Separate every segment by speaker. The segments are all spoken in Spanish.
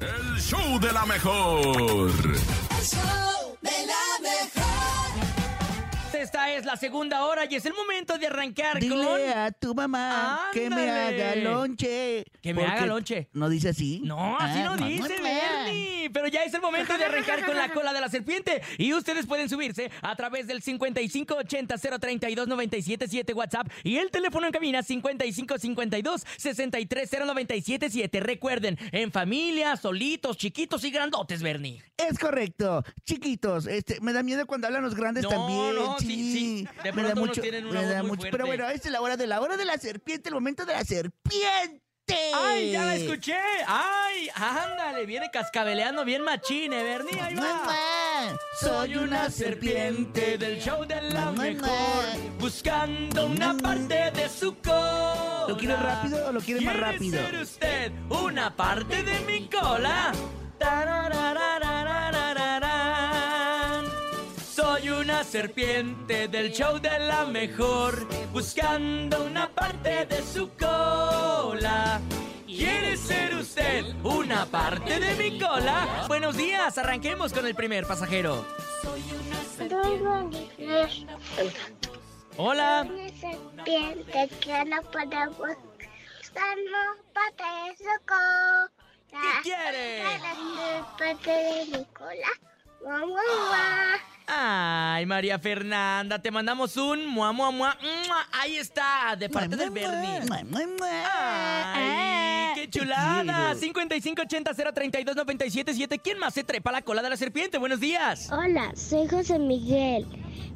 Speaker 1: El show de la mejor.
Speaker 2: Esta es la segunda hora y es el momento de arrancar con...
Speaker 3: Dile a tu mamá que me
Speaker 2: Ándale.
Speaker 3: haga lonche.
Speaker 2: Que me haga
Speaker 3: Porque-
Speaker 2: lonche.
Speaker 3: ¿No dice así?
Speaker 2: No, así
Speaker 3: Ah,
Speaker 2: no
Speaker 3: mamá,
Speaker 2: dice
Speaker 3: mamá.
Speaker 2: Bernie. Pero ya es el momento de arrancar con la cola de la serpiente. Y ustedes pueden subirse a través del 5580-032-977 WhatsApp y el teléfono en cabina 5552-630977. Recuerden, en familia, solitos, chiquitos y grandotes, Bernie.
Speaker 3: Es correcto. Chiquitos, este, me da miedo cuando hablan los grandes
Speaker 2: No,
Speaker 3: también.
Speaker 2: no, sí,
Speaker 3: sí,
Speaker 2: sí. De
Speaker 3: me
Speaker 2: pronto
Speaker 3: da
Speaker 2: unos
Speaker 3: mucho,
Speaker 2: tienen una
Speaker 3: me
Speaker 2: voz
Speaker 3: da
Speaker 2: muy
Speaker 3: mucho.
Speaker 2: fuerte.
Speaker 3: Pero bueno, esta es la hora de la hora de la serpiente, el momento de la serpiente.
Speaker 2: ¡Ay, ya la escuché! ¡Ay, ándale! Viene cascabeleando bien machine, Bernie. Ahí va.
Speaker 3: Mamá, soy una serpiente
Speaker 2: del show de la
Speaker 3: Mamá.
Speaker 2: mejor, buscando una parte de su cola.
Speaker 3: ¿Lo quiere rápido o lo quiere más rápido?
Speaker 2: ser usted una parte de mi cola? Tararararararararán. Soy una serpiente del show de la mejor, buscando una parte de su cola. ¿Quiere ser usted una parte de mi cola? Buenos días, arranquemos con el primer pasajero. Hola.
Speaker 4: Una serpiente que no podemos usarnos para eso cola.
Speaker 2: ¿Qué quiere?
Speaker 4: Parte de mi cola. Guau, guau, guau.
Speaker 2: Ay, María Fernanda, te mandamos un mua, mua, mua. mua. Ahí está, de parte del Bernie. Ah. ¡Ay, qué chulada! 5580-032-977. ¿Quién más se trepa a la cola de la serpiente? Buenos días.
Speaker 5: Hola, soy José Miguel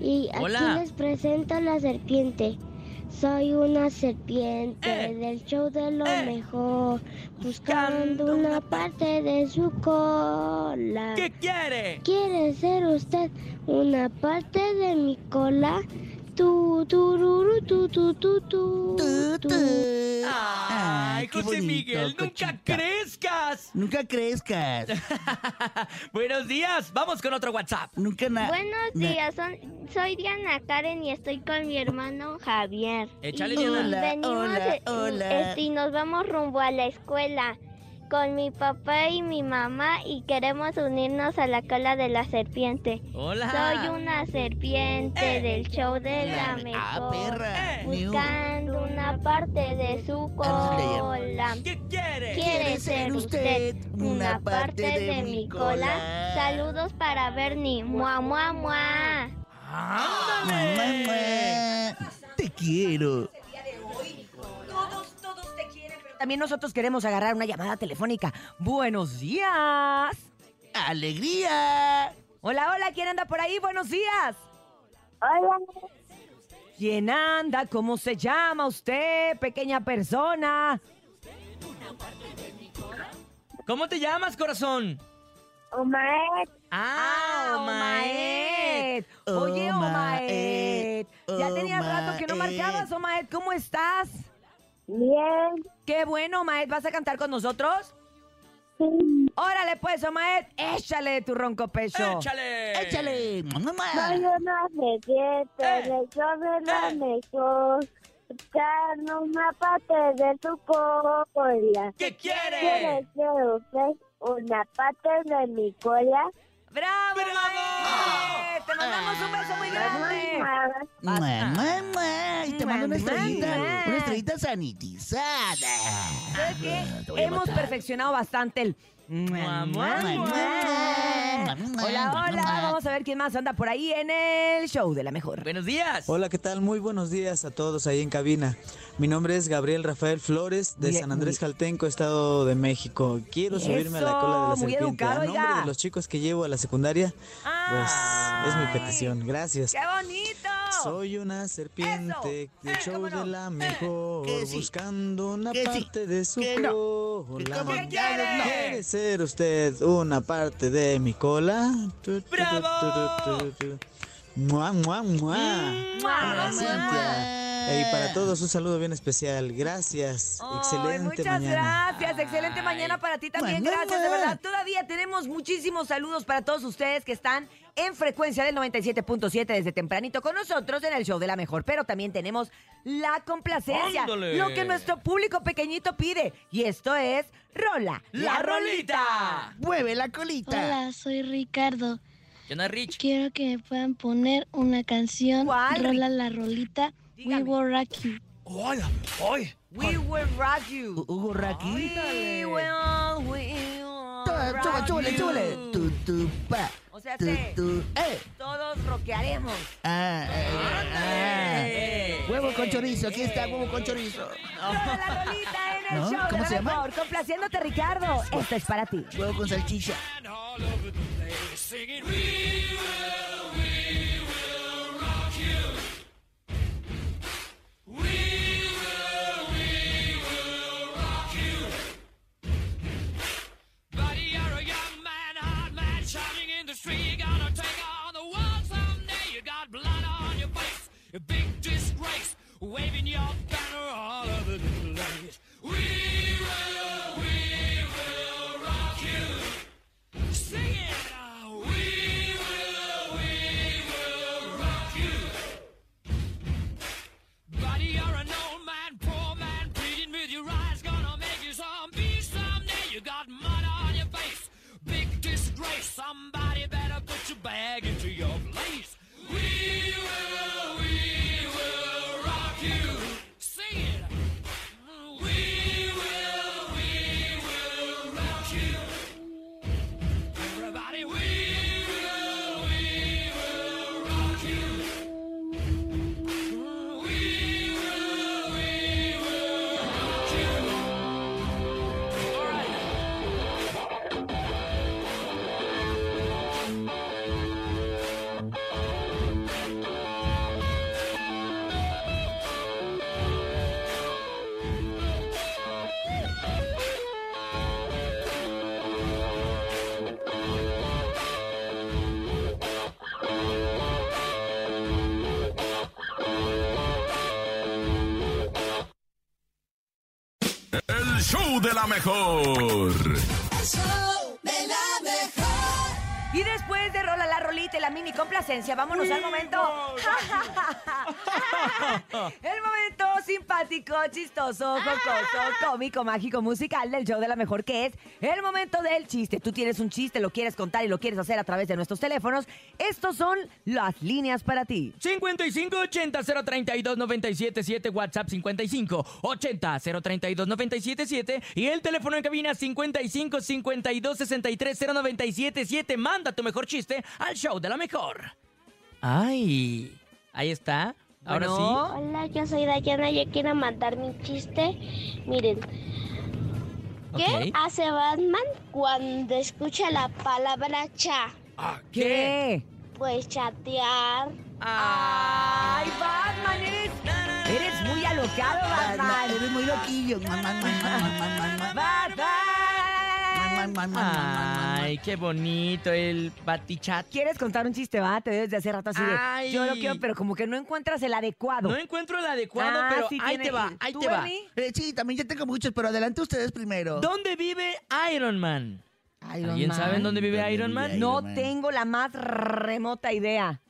Speaker 5: y aquí
Speaker 2: Hola.
Speaker 5: les presento a la serpiente. Soy una serpiente
Speaker 2: Eh.
Speaker 5: del show de lo
Speaker 2: Eh.
Speaker 5: mejor,
Speaker 2: Buscando
Speaker 5: buscando
Speaker 2: una
Speaker 5: una parte de su cola.
Speaker 2: ¿Qué quiere?
Speaker 5: ¿Quiere ser usted una parte de mi cola? Tu, tururu, tu, tu, tu, tu, tu.
Speaker 2: Ah. ¡Ay, José Miguel, nunca crezcas!
Speaker 3: Nunca crezcas.
Speaker 2: Buenos días, vamos con otro WhatsApp.
Speaker 3: Nunca nada.
Speaker 5: Buenos días, son- soy Diana Karen y estoy con mi hermano Javier.
Speaker 2: Échale,
Speaker 5: Y
Speaker 2: Diana.
Speaker 3: Hola,
Speaker 5: venimos,
Speaker 3: hola,
Speaker 5: eh,
Speaker 3: hola.
Speaker 5: este, y nos vamos rumbo a la escuela con mi papá y mi mamá y queremos unirnos a la cola de la serpiente.
Speaker 2: Hola.
Speaker 5: Soy una serpiente
Speaker 2: Ah. Eh.
Speaker 5: del show de la
Speaker 3: Ah,
Speaker 5: mejor.
Speaker 3: perra.
Speaker 2: Eh.
Speaker 3: Ni un-
Speaker 5: Buscando una parte de su
Speaker 3: Ah, sí, le llamo.
Speaker 5: cola.
Speaker 2: ¿Qué quiere?
Speaker 5: ¿Quiere ser usted una parte de mi cola? Saludos para Bernie. Mua, mua, mua.
Speaker 2: ¡Ándale!
Speaker 3: Te quiero.
Speaker 6: Todos, todos te quieren, pero también nosotros queremos agarrar una llamada telefónica. Buenos días.
Speaker 3: Alegría.
Speaker 6: Hola, hola, ¿quién anda por ahí? Buenos días.
Speaker 4: Hola,
Speaker 6: ¿Quién anda? ¿Cómo se llama usted, pequeña persona?
Speaker 2: ¿Cómo te llamas, corazón?
Speaker 4: Omar.
Speaker 2: Ah, Omaed.
Speaker 6: Omaed. Oye, Omaed. Ya tenía rato que no
Speaker 3: Omaed.
Speaker 6: marcabas, Omaed. ¿Cómo estás?
Speaker 4: Bien.
Speaker 6: Qué bueno, Omaed. ¿Vas a cantar con nosotros?
Speaker 4: Sí.
Speaker 6: Órale, pues, Omaed. Échale tu ronco pecho. Eh.
Speaker 2: ¡Échale!
Speaker 3: Échale.
Speaker 4: Soy
Speaker 3: Mamá.
Speaker 4: una
Speaker 5: Eh,
Speaker 4: serpiente del show de la mejor. Buscando una parte de su cola.
Speaker 2: ¿Qué quiere?
Speaker 4: ¿Quiere ser usted una parte de mi cola?
Speaker 6: ¡Bravo,
Speaker 2: ¡Bravo!
Speaker 6: Omaed! Te mandamos un beso muy
Speaker 5: Eh.
Speaker 6: grande.
Speaker 3: Mamá, mamá. Y te mando una
Speaker 6: Mamá,
Speaker 3: estrellita.
Speaker 6: mamá.
Speaker 3: Una estrellita sanitizada.
Speaker 6: ¿Sabes qué?
Speaker 3: Te voy a
Speaker 6: Hemos
Speaker 3: matar.
Speaker 6: perfeccionado bastante el. Mua, mua,
Speaker 2: mua,
Speaker 6: mua.
Speaker 3: mua,
Speaker 6: Hola,
Speaker 3: mua,
Speaker 6: hola.
Speaker 3: mua.
Speaker 6: Vamos a ver quién más anda por ahí en el show de la mejor.
Speaker 2: Buenos días.
Speaker 7: Hola, ¿qué tal? Muy buenos días a todos ahí en cabina. Mi nombre es Gabriel Rafael Flores de
Speaker 6: Mira,
Speaker 7: San Andrés Caltenco, Estado de México. Quiero subirme a la cola de la
Speaker 6: Eso, muy
Speaker 7: serpiente.
Speaker 6: educado,
Speaker 7: a nombre
Speaker 6: oiga.
Speaker 7: de los chicos que llevo a la secundaria, pues es mi
Speaker 6: Ay,
Speaker 7: petición. Gracias.
Speaker 6: Ah, ¡Qué bonito!
Speaker 7: Soy una serpiente
Speaker 6: Eso.
Speaker 7: del
Speaker 6: Eh,
Speaker 7: show
Speaker 6: cómo no.
Speaker 7: de la mejor,
Speaker 3: Que sí.
Speaker 7: buscando una
Speaker 3: Que sí.
Speaker 7: parte de su
Speaker 3: Que no. Que
Speaker 7: cola.
Speaker 3: como
Speaker 2: ¿Qué
Speaker 3: ya
Speaker 2: quiere?
Speaker 3: no-
Speaker 7: ¿Quiere ser usted una parte de mi cola? Tu, tu, tu,
Speaker 2: ¡Bravo!
Speaker 7: tu, tu, tu, tu. Mua, mua, mua.
Speaker 6: Mua,
Speaker 7: Hola, Cintia.
Speaker 3: Mamá.
Speaker 7: Y para todos un saludo bien especial. Gracias.
Speaker 6: Ay,
Speaker 7: Excelente
Speaker 6: muchas
Speaker 7: mañana.
Speaker 6: gracias, excelente mañana para ti también,
Speaker 3: Mañana.
Speaker 6: gracias, de verdad. Todavía tenemos muchísimos saludos para todos ustedes que están en frecuencia del 97.7 desde tempranito con nosotros en el show de la mejor, pero también tenemos la complacencia,
Speaker 2: Ándale.
Speaker 6: lo que nuestro público pequeñito pide, y esto es Rola,
Speaker 2: ¡La rolita!
Speaker 3: Bueno, mueve la colita.
Speaker 8: Hola, soy Ricardo.
Speaker 2: Yo no es Rich.
Speaker 8: Quiero que me puedan poner una canción.
Speaker 6: ¿Cuál?
Speaker 8: Rola la rolita.
Speaker 6: Dígame.
Speaker 8: We Will Rock You.
Speaker 2: ¡Hola! ¡Ay!
Speaker 6: We will rock you.
Speaker 3: Hugo Raki.
Speaker 6: We will, we will
Speaker 3: Toda-
Speaker 6: rock
Speaker 3: Chúbale, chúbale,
Speaker 6: you.
Speaker 3: chúbale. Tu, tu, pa.
Speaker 6: O sea,
Speaker 3: Tu,
Speaker 6: te-
Speaker 3: tu, eh.
Speaker 6: todos rockearemos.
Speaker 3: Ah, eh, ah. Huevo con chorizo, aquí
Speaker 6: Eh.
Speaker 3: está, huevo con chorizo.
Speaker 6: Toda la rolita en el
Speaker 3: ¿No?
Speaker 6: show de
Speaker 3: ¿Cómo
Speaker 6: la
Speaker 3: se llama?
Speaker 6: mejor. Complaciéndote, Ricardo. Esto es para ti.
Speaker 3: Huevo con salchicha.
Speaker 1: El show de la mejor.
Speaker 6: Y después de Rola la Rolita y la mini complacencia, vámonos al momento. El momento simpático, chistoso, jocoso, cómico, mágico, musical del show de la mejor que es el momento del chiste. Tú tienes un chiste, lo quieres contar y lo quieres hacer a través de nuestros teléfonos. Estos son las líneas para ti.
Speaker 2: 5580-032-977, WhatsApp 5580-032-977 y el teléfono en cabina 5552-630977. Manda tu mejor chiste al show de la mejor. ¡Ay! Ahí está. Ahora
Speaker 6: Bueno.
Speaker 5: Hola, yo soy Dayana. Yo quiero mandar mi chiste. Miren,
Speaker 2: sí.
Speaker 5: ¿qué
Speaker 2: Ok.
Speaker 5: hace Batman cuando escucha la palabra cha?
Speaker 2: Ah,
Speaker 6: ¿Qué?
Speaker 5: Pues chatear.
Speaker 6: ¡Ay, Batman! Eres, eres muy alocado,
Speaker 3: Batman,
Speaker 6: Batman.
Speaker 3: eres muy loquillo. Man, man, man, man, man, man, man,
Speaker 6: Batman.
Speaker 3: man, man, man, man, man, man.
Speaker 2: Ay, qué bonito el batichat.
Speaker 6: ¿Quieres contar un chiste, va? Te veo desde hace rato así de,
Speaker 2: Ay.
Speaker 6: Yo lo quiero, pero como que no encuentras el adecuado.
Speaker 2: No encuentro el adecuado,
Speaker 6: Ah,
Speaker 2: pero
Speaker 6: sí
Speaker 2: ahí
Speaker 6: tiene-
Speaker 2: te va, ahí
Speaker 6: ¿Tú,
Speaker 2: te va.
Speaker 6: Bernie?
Speaker 3: Eh, sí, también yo tengo muchos, pero adelante ustedes primero.
Speaker 2: ¿Dónde vive Iron Man?
Speaker 6: Iron
Speaker 2: ¿Alguien
Speaker 6: Man.
Speaker 2: sabe dónde vive
Speaker 3: ¿Dónde
Speaker 2: Iron
Speaker 3: vive
Speaker 2: Man?
Speaker 3: Iron
Speaker 6: No
Speaker 3: Man?
Speaker 6: tengo la más remota idea.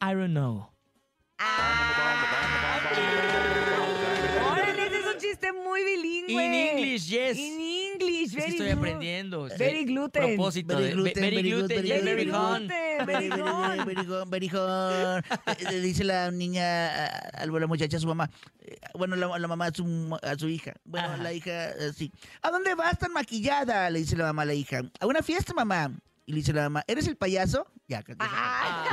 Speaker 2: I don't know.
Speaker 6: Órale, ese es un chiste muy bilingüe.
Speaker 2: In English, yes.
Speaker 6: In English,
Speaker 2: Es
Speaker 6: very
Speaker 2: que estoy
Speaker 6: good.
Speaker 2: aprendiendo. sí.
Speaker 6: Very gluten.
Speaker 2: Propósito.
Speaker 3: Very
Speaker 2: de-
Speaker 3: gluten,
Speaker 2: ve- very
Speaker 3: very
Speaker 2: gluten,
Speaker 3: gluten,
Speaker 2: yes,
Speaker 3: very
Speaker 2: very
Speaker 3: gluten.
Speaker 2: gone.
Speaker 6: Very
Speaker 3: Very, very,
Speaker 6: good.
Speaker 3: very, very good, very good. Eh, Le dice la niña, a- a la muchacha a su mamá. eh, Bueno, la, la mamá a su, ma- a su hija. Bueno,
Speaker 2: Ajá.
Speaker 3: la hija así. ¿A dónde vas tan maquillada? Le dice la mamá a la hija. A una fiesta, mamá. Y le dice la mamá, ¿eres el payaso? Ya, creo que se-
Speaker 6: Ah,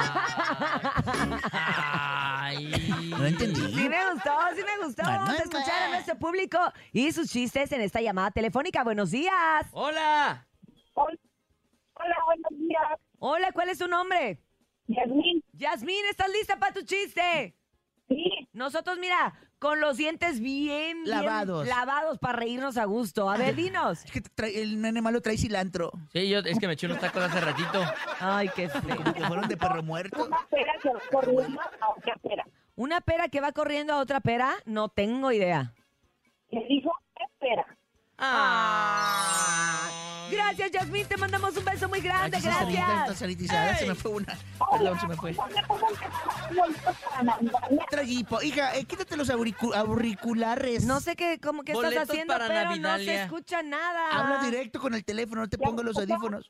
Speaker 2: Ay.
Speaker 3: No entendí.
Speaker 6: Sí me gustó, sí me gustó. Vamos a escuchar a nuestro público y sus chistes en esta llamada telefónica. Buenos días.
Speaker 2: Hola.
Speaker 4: Hola, buenos días.
Speaker 6: Hola, ¿cuál es tu nombre?
Speaker 4: Yasmín,
Speaker 6: Yasmín, ¿estás lista para tu chiste?
Speaker 4: sí,
Speaker 6: Nosotros, mira, con los dientes bien, bien
Speaker 3: Lavados.
Speaker 6: lavados para reírnos a gusto. A ver, dinos.
Speaker 3: Es que trae- el nene malo trae cilantro.
Speaker 2: Sí, yo es que me eché unos tacos hace ratito.
Speaker 6: Ay, qué feo.
Speaker 3: Como que fueron de perro muerto.
Speaker 4: una pera que va corriendo a otra pera.
Speaker 6: ¿Una pera que va corriendo a otra pera? No tengo idea.
Speaker 4: Le dijo, espera.
Speaker 2: Ah.
Speaker 6: ¡Gracias! Ah. gracias, Yasmín. Te mandamos un beso muy grande.
Speaker 3: Ay, qué sanita, esta
Speaker 6: Gracias.
Speaker 3: sanitizada, Se me fue una. Perdón, se me fue. Tragipo. Hija, eh, quítate los auricu- auriculares.
Speaker 6: No sé qué, cómo, qué estás
Speaker 2: Boletos
Speaker 6: haciendo,
Speaker 2: para
Speaker 6: pero no se
Speaker 2: Navidalia.
Speaker 6: escucha nada.
Speaker 3: Habla directo con el teléfono, no te pongas los audífonos.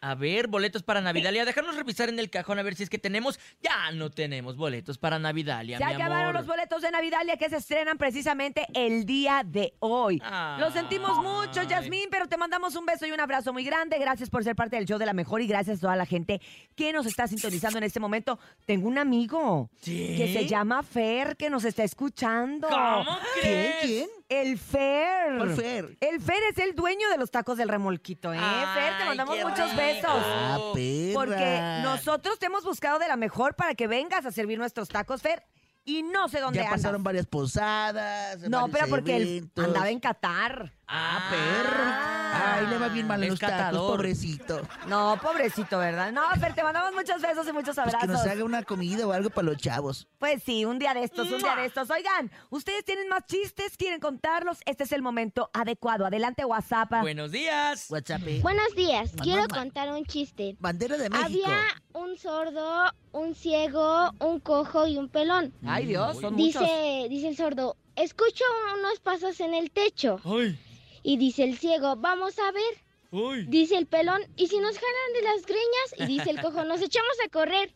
Speaker 2: A ver, boletos para Navidalia. Déjanos revisar en el cajón a ver si es que tenemos. Ya no tenemos boletos para Navidalia,
Speaker 6: Se
Speaker 2: mi
Speaker 6: acabaron
Speaker 2: amor.
Speaker 6: los boletos de Navidalia que se estrenan precisamente el día de hoy.
Speaker 2: Ah. Ay.
Speaker 6: Lo sentimos mucho, Yasmín, pero te mandamos un beso y un abrazo muy grande. Gracias por ser parte del show de la mejor y gracias a toda la gente que nos está sintonizando en este momento. Tengo un amigo
Speaker 2: ¿Sí?
Speaker 6: que se llama Fer que nos está escuchando.
Speaker 2: ¿Cómo
Speaker 3: ¿Quién?
Speaker 2: crees?
Speaker 3: ¿Quién?
Speaker 6: El Fer.
Speaker 3: ¿Cuál Fer?
Speaker 6: El Fer es el dueño de los tacos del remolquito, ¿eh?
Speaker 2: Ay,
Speaker 6: Fer, te mandamos
Speaker 2: qué
Speaker 6: muchos
Speaker 2: rico.
Speaker 6: besos.
Speaker 3: Ah, perra.
Speaker 6: Porque nosotros te hemos buscado de la mejor para que vengas a servir nuestros tacos, Fer, y no sé dónde
Speaker 3: Ya
Speaker 6: andas.
Speaker 3: pasaron varias posadas.
Speaker 6: No,
Speaker 3: varios
Speaker 6: pero porque él
Speaker 3: eventos.
Speaker 6: andaba en Ah. Qatar.
Speaker 3: Ah, perro. Ay, le va bien mal a
Speaker 2: es
Speaker 3: los tacos,
Speaker 2: catador.
Speaker 3: pobrecito.
Speaker 6: No, pobrecito, ¿verdad? No, Fer, te mandamos muchos besos y muchos
Speaker 3: Pues que
Speaker 6: abrazos.
Speaker 3: nos haga una comida o algo para los chavos.
Speaker 6: Pues sí, un día de estos, un día de estos. Oigan, ¿ustedes tienen más chistes? ¿Quieren contarlos? Este es el momento adecuado. Adelante, WhatsApp.
Speaker 2: Buenos días.
Speaker 3: WhatsApp. eh.
Speaker 5: Buenos días,
Speaker 3: Mamá,
Speaker 5: quiero
Speaker 3: mamá.
Speaker 5: contar un chiste.
Speaker 3: Bandera de México.
Speaker 5: Había un sordo, un ciego, un cojo y un pelón.
Speaker 6: Ay, Dios, son muchos.
Speaker 5: Dice, dice el sordo, escucho unos pasos en el techo.
Speaker 2: Ay,
Speaker 5: Y dice el ciego, vamos a ver.
Speaker 2: ay.
Speaker 5: Dice el pelón, ¿y si nos jalan de las greñas? Y dice el cojo, nos echamos a correr.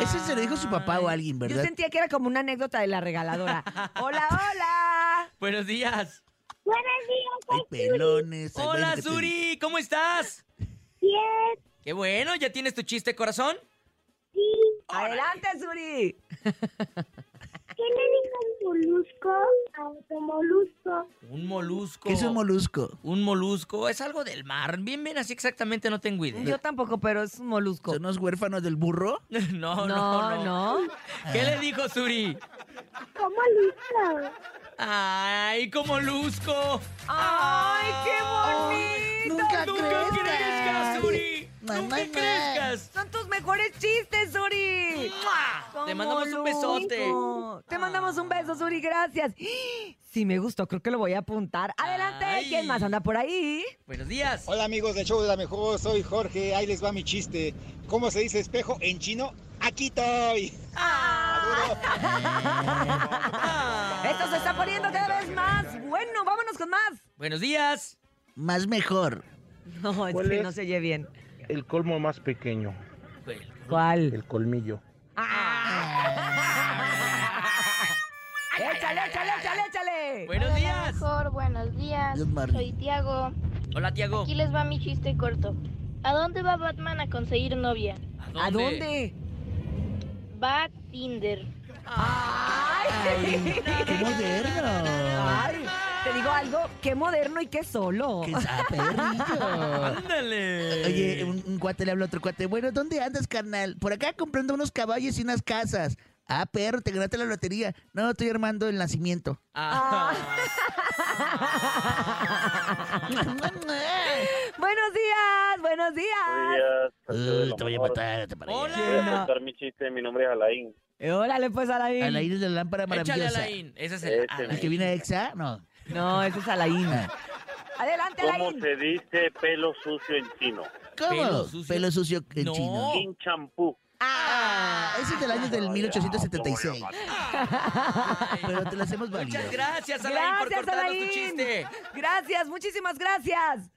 Speaker 3: Ese se lo dijo su papá o alguien,
Speaker 6: Yo
Speaker 3: ¿verdad?
Speaker 6: sentía que era como una anécdota de la regaladora. Hola, hola.
Speaker 2: Buenos días.
Speaker 3: Hay pelones. hay
Speaker 2: Hola,
Speaker 3: bueno que te-
Speaker 2: Suri. ¿Cómo estás?
Speaker 4: Bien,
Speaker 2: Qué bueno. ¿Ya tienes tu chiste, corazón?
Speaker 4: sí.
Speaker 6: Adelante, Suri.
Speaker 4: ¿Qué le dijo un molusco a otro molusco?
Speaker 2: Un molusco.
Speaker 3: ¿Qué es un molusco?
Speaker 2: Un molusco. Es algo del mar. Bien, bien, así exactamente no tengo idea.
Speaker 6: Yo tampoco, pero es un molusco.
Speaker 3: ¿Son unos huérfanos del burro?
Speaker 2: No, no, no.
Speaker 6: no.
Speaker 2: ¿Qué le dijo Suri?
Speaker 4: ¿Cómo molusco?
Speaker 2: Ay, como luzco.
Speaker 6: ¡Ay, qué bonito!
Speaker 3: nunca
Speaker 2: Nunca
Speaker 3: crezcas.
Speaker 2: crezcas, Suri.
Speaker 3: Mamá,
Speaker 2: Nunca
Speaker 3: mamá.
Speaker 2: crezcas.
Speaker 6: Son tus mejores chistes, Suri.
Speaker 2: ¡Mua! Te
Speaker 6: Como
Speaker 2: mandamos un besote.
Speaker 6: loco. Te mandamos un beso, Suri, gracias. Sí, me gustó, creo que lo voy a apuntar. Adelante,
Speaker 2: Ay.
Speaker 6: ¿quién más anda por ahí?
Speaker 2: Buenos días.
Speaker 9: Hola amigos del show de la mejor, soy Jorge, ahí les va mi chiste. ¿Cómo se dice espejo en chino? Aquí estoy.
Speaker 2: Ah.
Speaker 6: Esto se está poniendo cada vez más. Bueno, vámonos con más.
Speaker 2: Buenos días.
Speaker 3: Más mejor.
Speaker 6: No, es
Speaker 10: ¿Cuál
Speaker 6: que
Speaker 10: es?
Speaker 6: no se oye bien.
Speaker 10: El colmo más pequeño,
Speaker 6: ¿Cuál? Ah.
Speaker 10: el colmillo.
Speaker 6: échale, échale, échale, échale.
Speaker 2: Buenos días.
Speaker 4: Mejor, buenos días.
Speaker 3: Good morning.
Speaker 4: Soy Tiago.
Speaker 2: Hola, Tiago.
Speaker 4: Aquí les va mi chiste corto. ¿A dónde va Batman a conseguir novia?
Speaker 6: ¿A dónde?
Speaker 4: Va a Tinder.
Speaker 6: ¡Ay!
Speaker 3: ¡Qué moderno!
Speaker 6: Ay, te digo algo, qué moderno y qué solo.
Speaker 3: ¡Qué saperrillo!
Speaker 2: Ándale.
Speaker 3: Oye, un, un cuate le habla a otro cuate. Bueno, ¿dónde andas, carnal? Por acá comprando unos caballos y unas casas. Ah, perro, te ganaste la lotería. No, estoy armando el nacimiento.
Speaker 2: Ah.
Speaker 6: Buenos días, buenos días.
Speaker 3: Uy, te voy a matar, te paré.
Speaker 2: Hola.
Speaker 10: mi chiste, mi nombre es Alain.
Speaker 6: Eh, Órale, pues, Alain.
Speaker 3: Alain es la lámpara
Speaker 2: Échale a
Speaker 3: maravillosa.
Speaker 2: Alain. Ese es el
Speaker 10: Ese
Speaker 3: Este, ¿El
Speaker 2: Alain.
Speaker 3: que viene a Exa? No.
Speaker 6: No, ese es Alain. Adelante, Alain.
Speaker 10: dice pelo sucio en chino?
Speaker 3: ¿Cómo?
Speaker 2: Pelo sucio.
Speaker 3: Pelo sucio en
Speaker 2: No.
Speaker 3: chino.
Speaker 10: champú.
Speaker 3: Ah, ese es del año del 1876.
Speaker 2: Ay.
Speaker 3: Pero te lo hacemos válido.
Speaker 2: Muchas gracias, Alain, por
Speaker 6: Gracias,
Speaker 2: cortarnos
Speaker 6: Alain.
Speaker 2: tu chiste.
Speaker 6: Gracias, muchísimas gracias.